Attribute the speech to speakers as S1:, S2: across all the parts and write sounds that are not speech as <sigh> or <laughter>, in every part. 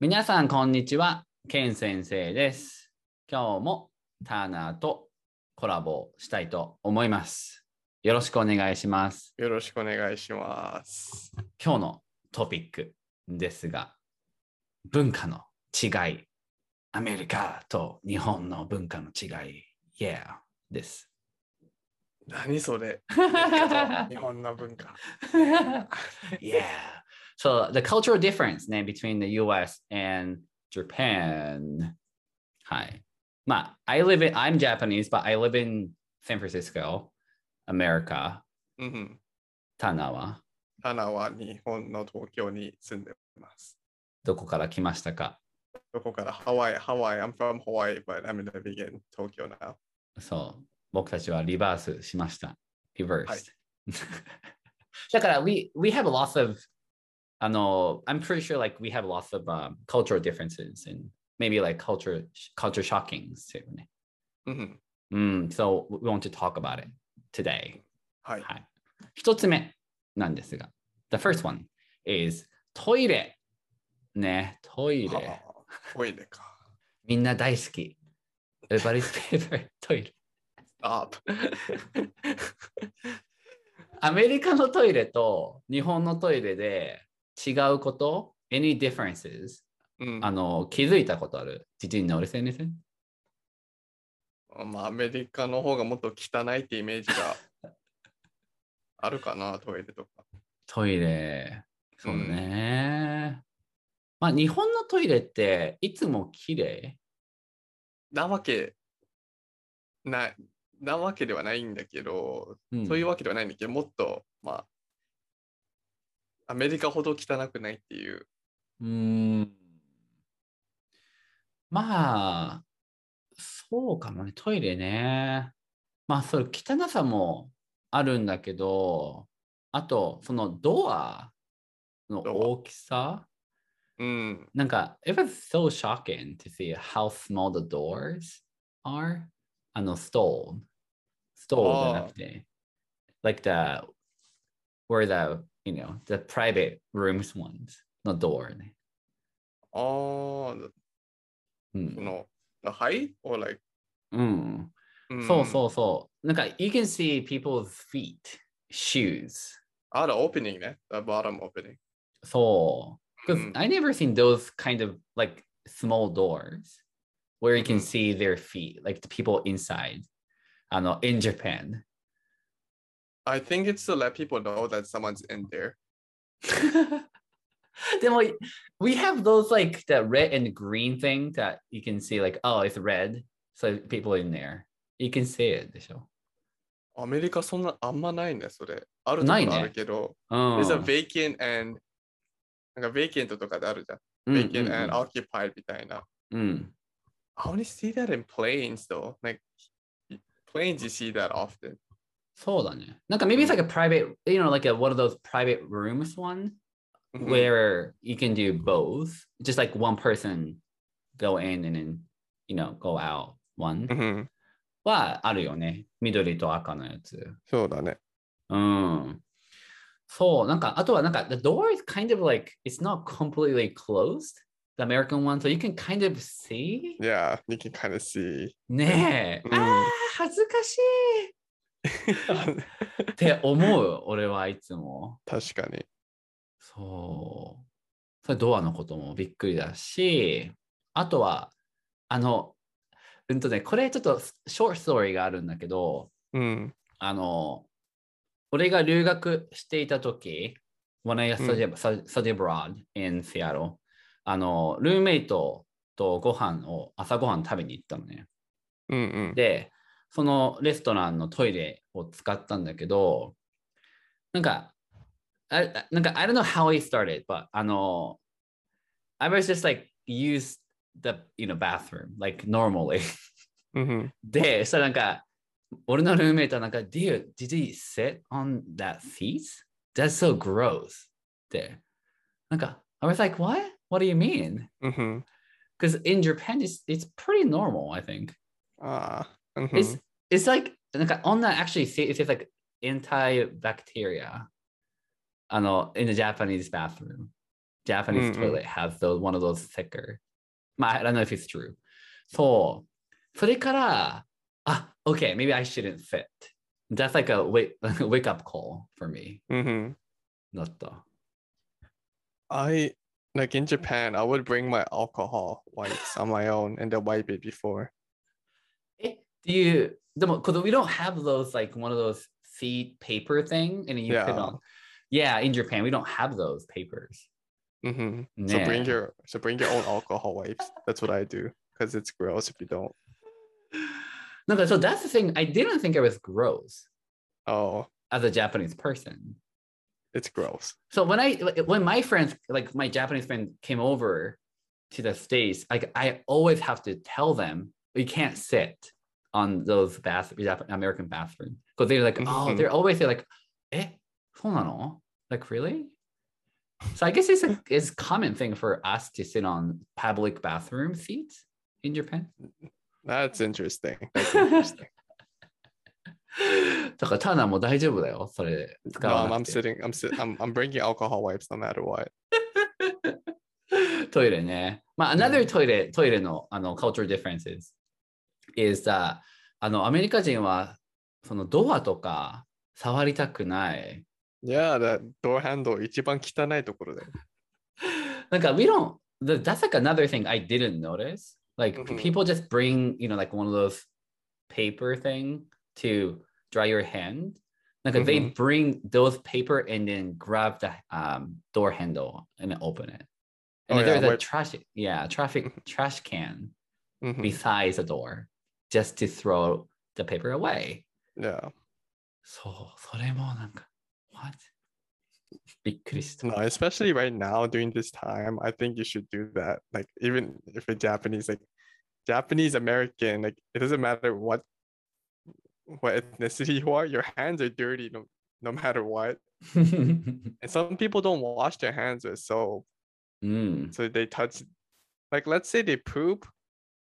S1: 皆さん、こんにちは。ケン先生です。今日もターナーとコラボしたいと思います。よろしくお願いします。
S2: よろしくお願いします。
S1: 今日のトピックですが、文化の違い。アメリカと日本の文化の違い。Yeah です。
S2: 何そ <laughs> れ日本の文化。
S1: <laughs> yeah. So the cultural difference ね between the U.S. and Japan. はい。まあ、I live in I'm Japanese, but I live in San Francisco, America.
S2: うん。
S1: タナは
S2: タナは日本の東京に住んでます。
S1: どこから来ましたか
S2: どこからハワイ、ハワイ、I'm from Hawaii, but I'm living in Tokyo now.
S1: そう。僕たちはリバースしました。リバー
S2: はい
S1: ス。 <laughs> だから、we, we have lots of, あの、I'm pretty sure like we have lots of、um, cultural differences and maybe like culture, culture shockings っていうね。
S2: うん。
S1: うん、so we want to talk about it today.
S2: はい。
S1: はい。一つ目なんですが、the first one is トイレ。ね、トイレ。
S2: はあトイレか。
S1: みんな大好き。Everybody's favorite トイレ。
S2: Stop.
S1: アメリカのトイレと日本のトイレで違うこと ?Any differences?
S2: うん。
S1: あの、気づいたことある ?Did you notice anything?
S2: まあ、アメリカの方がもっと汚いってイメージ <laughs> があるかな、トイレとか。
S1: トイレ。そうね。まあ、日本のトイレっていつも綺麗
S2: なわけない、なわけではないんだけど、
S1: うん
S2: そういうわけではないんだけど、もっと、まあ、アメリカほど汚くないっていう。
S1: うーんまあ、そうかもね、トイレね。まあ、それ、汚さもあるんだけど、あと、そのドアの
S2: ドア
S1: 大きさ。
S2: うん。
S1: なんか、it was so shocking to see how small the doors are. あの、stall. stall じゃなくて、like the, where the, you know, the private rooms ones の door ね。
S2: ああ、そ
S1: うん
S2: の、はい or like,
S1: うん。
S2: うん
S1: そうそうそう。なんか、you can see people's feet, shoes.
S2: あら、オープニングね。The bottom opening.
S1: そう。
S2: う
S1: Because
S2: ん
S1: I never seen those kind of like small doors where you can
S2: うん
S1: see their feet, like the people inside. あの、in Japan. <laughs>
S2: I think it's to let people know that someone's in there.
S1: でも、we have those like that red and green thing that you can see like, oh, it's red. So people in there. You can see it でしょ。
S2: アメリカそんなあんまないね、それ。あるとこ
S1: ないね
S2: あるけど、
S1: うん。
S2: there's a vacant and, なんか vacant とかであるじゃん。
S1: うんうん
S2: vacant and occupied みたいな。
S1: うん。
S2: I only see that in planes though. Like planes, you see that often.
S1: そうだね。なんか maybe it's like a private, you know, like a, one of those private rooms one
S2: Mhm.
S1: where you can do both. Just like one person go in and then, you know, go out one
S2: うん
S1: はあるよね。緑と赤のやつ。
S2: そうだね。
S1: うん。そう、なんか、あとはなんか、the door is kind of like, it's not completely closed, the American one, so you can kind of see.
S2: Yeah, you can kind of see.
S1: ねえ、
S2: うん
S1: あー恥ずかしいって思う、俺はいつも。
S2: 確かに。
S1: そう。それドアのこともびっくりだし、あとは、あの、うんとね、これちょっとショートストーリーがあるんだけど、
S2: うん。
S1: あの、俺が留学していた時 when I
S2: うん
S1: studied studied abroad in Seattle, あの、ルーメイトとご飯を、朝ご飯食べに行ったのね。
S2: うんうん。
S1: で、そのレストランのトイレを使ったんだけど、なんか、I, なんか、I don't know how it started, but あの、I was just like, use the, you know, bathroom, like normally. <laughs>
S2: うん
S1: で、そしたらなんか、俺のルームメイトはなんか、Dear, did you sit on that seat? That's so gross. って。なんか、I was like, what? What do you mean?
S2: うん。
S1: Because in Japan, it's, it's pretty normal, I think.
S2: ああ。うん
S1: It's, it's like, なんか、on that actually seat, it says like antibacteria. あの、in the Japanese bathroom. Japanese
S2: うんうん
S1: toilet has those, one of those thicker. まあ、I don't know if it's true. そう。それから、あ、okay, maybe I shouldn't fit. That's like a wake, <laughs> wake up call for me.
S2: Mm-hmm.
S1: だった。
S2: I like in Japan, I would bring my alcohol wipes on my own and then wipe it before.
S1: え Do you, でも、because we don't have those, like one of those seed paper thing, and you put
S2: Yeah.
S1: on. Yeah, in Japan, we don't have those papers.
S2: Mm-hmm. So
S1: ね
S2: bring
S1: え
S2: your so bring your own alcohol wipes. That's what I do because it's gross if you don't.
S1: なんか、so that's the thing. I didn't think it was gross
S2: Oh,
S1: as a Japanese person.
S2: it's gross.
S1: So when I when my friends like my Japanese friend came over to the states, like I always have to tell them we can't sit on those bath Jap- American bathroom because they're like oh
S2: Mhm.
S1: they're always they're like eh そうなの? like really. So I guess it's a it's common thing for us to sit on public bathroom seats in Japan.
S2: That's interesting.
S1: <laughs>
S2: <laughs> That's interesting.
S1: だからターナーも大丈夫だよそれ
S2: no,
S1: 使わ
S2: I'm,
S1: な
S2: I'm
S1: くて
S2: sitting. I'm sitting. I'm, I'm bringing alcohol wipes no matter what.
S1: トイレね。まあ、another トイレ、トイレのあの cultural differences is that あのアメリカ人はそのドアとか触りたくない。
S2: Yeah, that door handle 一番汚いところだよ。
S1: <laughs> なんか、we uh, don't, th- that's like another thing I didn't notice. Like,
S2: うんうん
S1: people just bring, you know, like one of those paper thing to dry your hand. なんか、they
S2: うんう
S1: bring those paper and then grab the、um, door handle and open it. And
S2: Oh,
S1: then there's
S2: yeah, Mm-hmm.
S1: a
S2: wipe-
S1: trash, yeah, traffic, trash can.
S2: Mhm.
S1: besides the door just to throw the paper away.
S2: Yeah.
S1: そう、それもなんか、what? <laughs> びっくりした。
S2: No, especially right now during this time, I think you should do that. Like even if you're Japanese, like Japanese American, like it doesn't matter what what ethnicity you are, your hands are dirty no, no matter what.
S1: Mm.
S2: And some people don't wash their hands with soap,
S1: うん。
S2: so they touch. Like let's say they poop,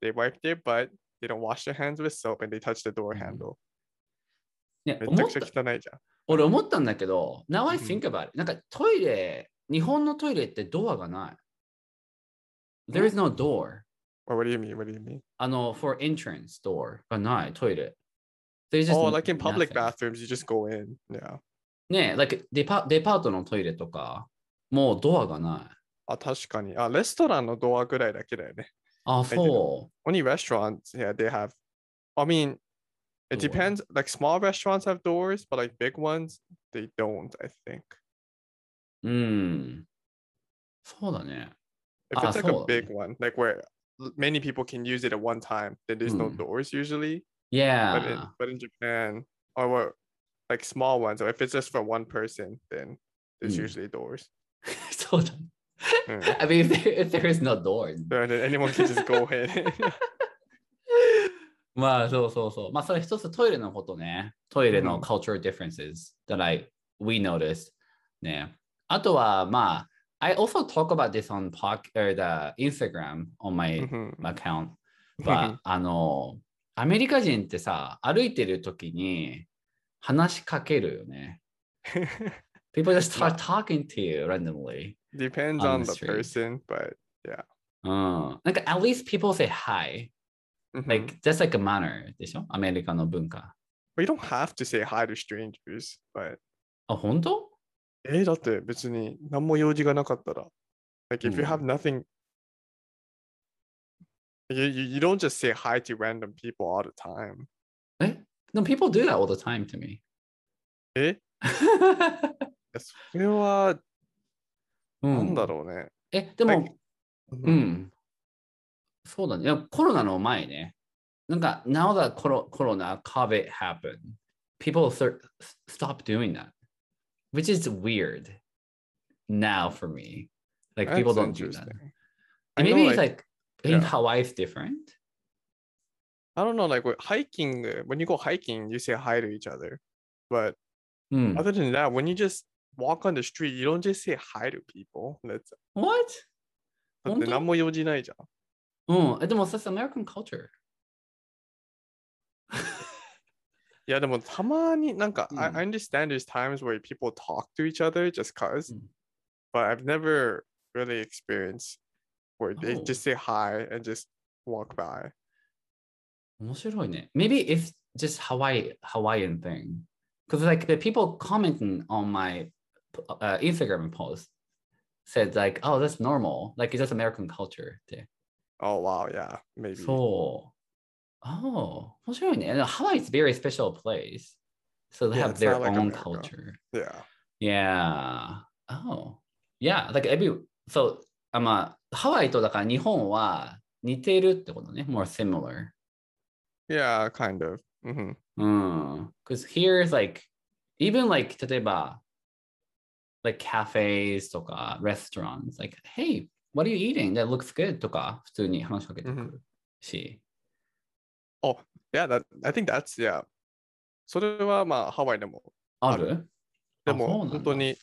S2: they wipe their butt, they don't wash their hands with soap, and they touch the door
S1: Mhm.
S2: handle.
S1: ね、
S2: めちゃくちゃ
S1: 思った、
S2: 汚いじゃん。
S1: 俺思ったんだけど、now I
S2: うん
S1: think about it. なんかトイレ、日本のトイレってドアがない。There is no door.
S2: Or what do you mean? What do you mean?
S1: あの、for entrance door がない、トイレ。There's just
S2: Oh, like in public
S1: nothing.
S2: bathrooms, you just go in. Yeah.
S1: ね、like デパデパートのトイレとか、もうドアがない。
S2: あ、確かに。あ、レストランのドアぐらいだけだよね。
S1: あ、
S2: けど
S1: そう。
S2: Only restaurants, yeah, they have. I mean, it
S1: Door.
S2: depends. Like small restaurants have doors, but like big ones, they don't, I think.
S1: うん。そうだね。
S2: If
S1: Ah,
S2: it's like a
S1: so-
S2: big one, like where l- many people can use it at one time, then there's no
S1: Mm.
S2: doors usually. But in,
S1: Yeah.
S2: but in Japan, or what, like small ones, or if it's just for one person, then there's
S1: Mm.
S2: usually doors.
S1: <laughs> そうだ。
S2: Mm.
S1: I mean, if there, if there is no door.
S2: So then anyone can just go
S1: <laughs>
S2: <laughs> in.
S1: まあ、そうそうそう。まあ、それ一つトイレのことね。トイレ
S2: う
S1: の
S2: ん
S1: cultural differences that I, we noticed. ね。あとは、まあ、I also talk about this on pod, or the Instagram on my
S2: Mhm.
S1: account. But, あの、アメリカ人ってさ、歩いてる時に話しかけるよね。People just start talking to you randomly.
S2: <laughs> Depends
S1: On
S2: on
S1: the
S2: the
S1: street.
S2: person, but
S1: うん。なんか、at least people say hi.
S2: mhm.
S1: Like, that's like a manner でしょアメリカの文化。
S2: But you don't have to say hi to strangers, but
S1: あ、本当
S2: え、だって別に何も用事がなかったら。Like if you
S1: うん
S2: have nothing, you, you, you don't just say hi to random people all the time.
S1: え Eh? No, people do that all the time to me. <laughs> Hmm.
S2: え、それは
S1: う
S2: なんだろうね。
S1: え、でも、
S2: う、
S1: うんん。そうだねいや。コロナの前ね。なんか、now that コロコロナ COVID happened, people th- stop doing that, which is weird now for me. Like, people
S2: That's
S1: don't do that.
S2: interesting. I
S1: And
S2: know,
S1: maybe it's
S2: like,
S1: like in
S2: yeah.
S1: Hawaii it's different.
S2: I don't know, like with hiking, uh, when you go hiking, you say hi to each other. But
S1: うん。
S2: other than that, when you just walk on the street, you don't just say hi to people. That's
S1: What?
S2: だっ
S1: 本
S2: て
S1: 当
S2: 何も用事ないじゃん。
S1: うん。え Hmm. Eh, でも、that's American culture. <laughs>
S2: いやでもたまになんか、I
S1: うん
S2: I understand there's times where people talk to each other just cause、
S1: うん
S2: but I've never really experience where they
S1: Oh.
S2: just say hi and just walk by.
S1: 面白いね。Maybe it's just Hawaii Hawaiian thing. Because like the people commenting on my uh, Instagram post said like, oh, that's normal. Like it's just American culture. って
S2: Oh wow, yeah, maybe.
S1: そう。Oh, 面白いね。And Hawaii is a very special place. So they
S2: Yeah,
S1: have
S2: it's
S1: their
S2: not like
S1: own
S2: America.
S1: culture.
S2: Yeah.
S1: Yeah. Oh. Yeah. Like every so あまあハワイとだから日本は似てるってことね。more similar.
S2: Yeah, kind of. hmm
S1: Because here is like even like 例えば like cafes とか restaurants like hey what are you eating that looks good とか普通に話しかけてくるし、
S2: Yeah, that I think that's yeah. それはまあハワイでも、
S1: ある
S2: で
S1: あそう
S2: も
S1: なんだ
S2: 本当に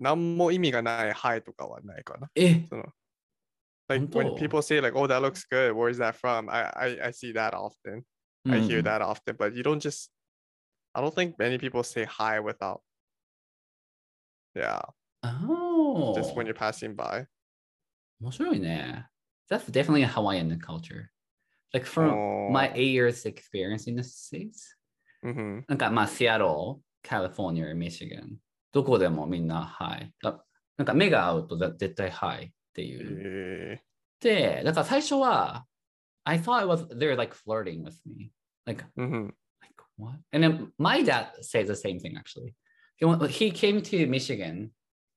S2: 何も意味がないはいとかはないかな。
S1: え
S2: その Like
S1: 本当
S2: when people say like, oh, that looks good, where is that from? I I, I see that often. I
S1: Mm-hmm.
S2: hear that often, but you don't just I don't think many people say hi without yeah,
S1: うん、oh,
S2: just when you're passing by.
S1: 面白いね That's definitely a Hawaiian culture Like from my
S2: Oh,
S1: eight years experience in the States
S2: mhm.
S1: なんかまあ、シアトル、カリフォルニア、ミシガン、どこでもみんな、はい。だなんか目が合うとだ絶対、はいっていう。
S2: Eh,
S1: で、だから最初は、I thought it was, they're like flirting with me. Like,
S2: mhm.
S1: like what? And then my dad says the same thing actually. He went, he came to Michigan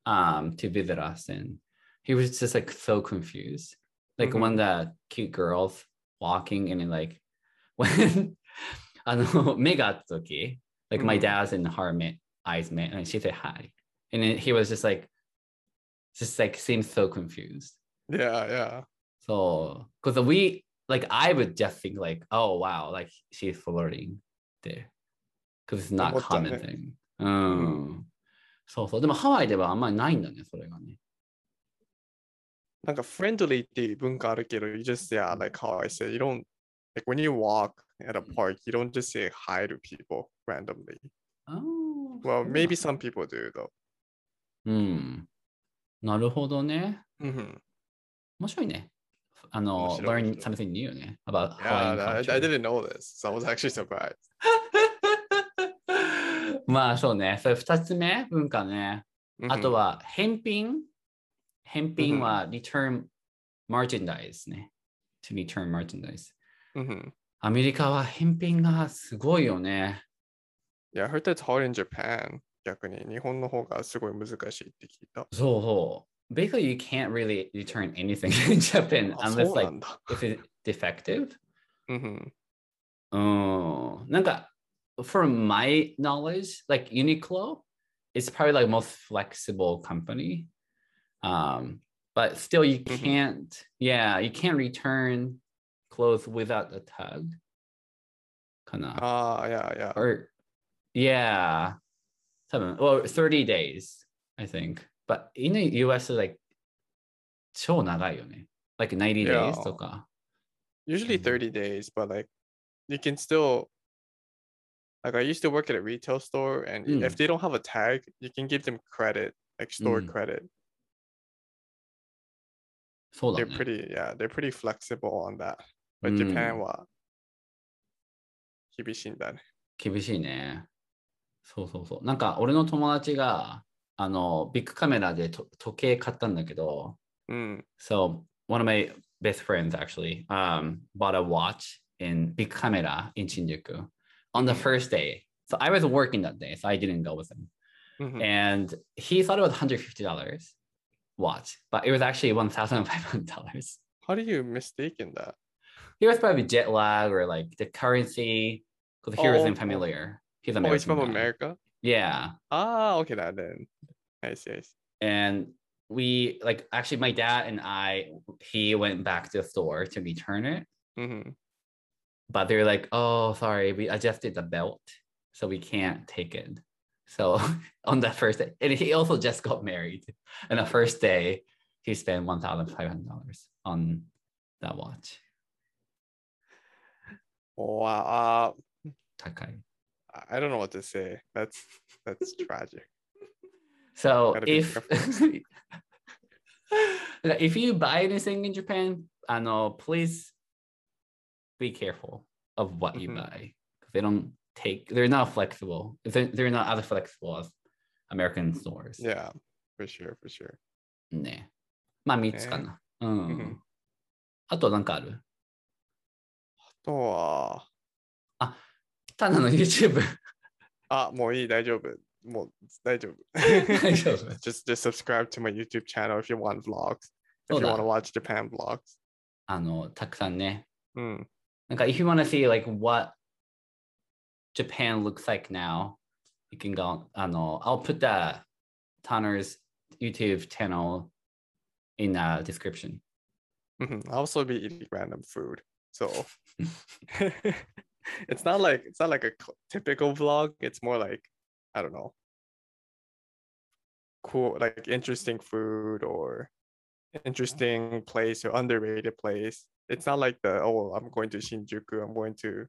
S1: um to visit us and he was just like so confused. Like
S2: Mhm.
S1: when the cute girls walking and then like <laughs> when あの <laughs> 目が合った時 like my
S2: Mhm.
S1: dad's and her met eyes met and she said hi. And then he was just like just like seemed so confused.
S2: Yeah, yeah.
S1: So because we like I would just think like, oh wow, like she's flirting there. Because it's not
S2: 思ったね
S1: common thing. うん。そうそう。でもハワイではあんまりないんだね、それがね。
S2: なんか friendly っていう文化あるけど、you just, yeah, like how I say, you don't, like when you walk at a park, you don't just say hi to people randomly.
S1: あー
S2: Well, maybe some people do though.
S1: うん。なるほどね。
S2: Mhm.
S1: 面白いね。あの、
S2: 面白い
S1: learn something new ね。about
S2: Yeah,
S1: Hawaiian
S2: I, I
S1: culture.
S2: didn't know this, so I was actually surprised.
S1: <laughs> まあそうね。それ二つ目、文化ね。あ
S2: Mhm.
S1: とは返品。返品は return merchandise ね。to return merchandise。
S2: Mhm.
S1: アメリカは返品がすごいよね。
S2: Yeah, I heard that's hard in Japan. 逆に日本の方がすごい難しいって聞いた。
S1: そうそう。Basically, you can't really return anything in Japan
S2: あ
S1: unless
S2: そうな
S1: like
S2: んだ。
S1: if it's defective.
S2: うん
S1: うん。なんか、from my knowledge, like Uniqlo is probably like most flexible company. Um, but still you
S2: Mhm.
S1: can't, yeah, you can't return clothes without a tag. かな。
S2: ああ、いやいや。
S1: or yeah, seven well 30 days, I think. But in the US it's like 超長いよね. Like 90
S2: Yeah.
S1: days とか. Mm-hmm.
S2: Usually 30 days, but like you can still like I used to work at a retail store and
S1: Mm.
S2: i- if they don't have a tag, you can give them credit, like store
S1: うん。
S2: credit. They're
S1: そうだね。
S2: pretty yeah, they're pretty flexible on that. But Japan
S1: うん、
S2: は厳しいんだね。
S1: 厳しいね。そうそうそう。なんか俺の友達があのビッグカメラでと時計買ったんだけど、
S2: うん。
S1: So one of my best friends actually um, bought a watch in Big Camera in Shinjuku on the first day. So I was working that day, so I didn't go with him.
S2: うん。
S1: And he thought it was $150 watch, but it was actually $1,500.
S2: How do you mistaken that?
S1: He was probably jet lag or like the currency, because he
S2: Oh,
S1: wasn't
S2: oh.
S1: familiar. He's
S2: Oh,
S1: American.
S2: it's from
S1: guy.
S2: America?
S1: Yeah.
S2: Ah, okay, that then. I see, I see.
S1: and we like actually my dad and i he went back to the store to return it
S2: Mm-hmm.
S1: but they're like oh sorry we adjusted the belt so we can't take it so <laughs> on the first day and he also just got married and the first day he spent $1500 on that watch
S2: Wow, uh,
S1: takai
S2: I- I don't know what to say. <laughs> That's that's tragic.
S1: so <laughs>
S2: Gotta be
S1: if Like, if you buy anything in Japan, I know, please be careful of what you
S2: Mhm.
S1: buy. 'Cause They don't take, they're not flexible. They're, they're not as flexible as American stores.
S2: Yeah, for sure, for sure.
S1: ね。まあ3つかな。うん。
S2: うん
S1: Um. あとなんかある
S2: あとは、
S1: ただの YouTube。
S2: あ、もういい、大丈夫。もう大丈夫。
S1: 大丈夫
S2: <laughs> just, just subscribe to my YouTube channel if you want vlogs.
S1: そ
S2: If
S1: う
S2: you
S1: だ
S2: want to watch Japan vlogs.
S1: あの、たくさんね。
S2: うん。
S1: なんか、if you want to see like what Japan looks like now, you can go, あの、I'll put the Tanner's YouTube channel in the description.
S2: Mhm. I'll also be eating random food. So <laughs> it's not like it's not like a cl- typical vlog. It's more like I don't know, cool, like interesting food or interesting place or underrated place. It's not like the oh I'm going to Shinjuku. I'm going to.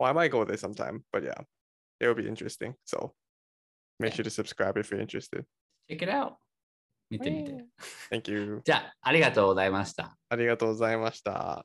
S2: Well, I might go there sometime, but yeah, it'll be interesting. So make
S1: Yeah.
S2: sure to subscribe if you're interested.
S1: Check it out. 見てみて。
S2: Thank you.
S1: じゃあ、ありがとうございました。
S2: ありがとうございました。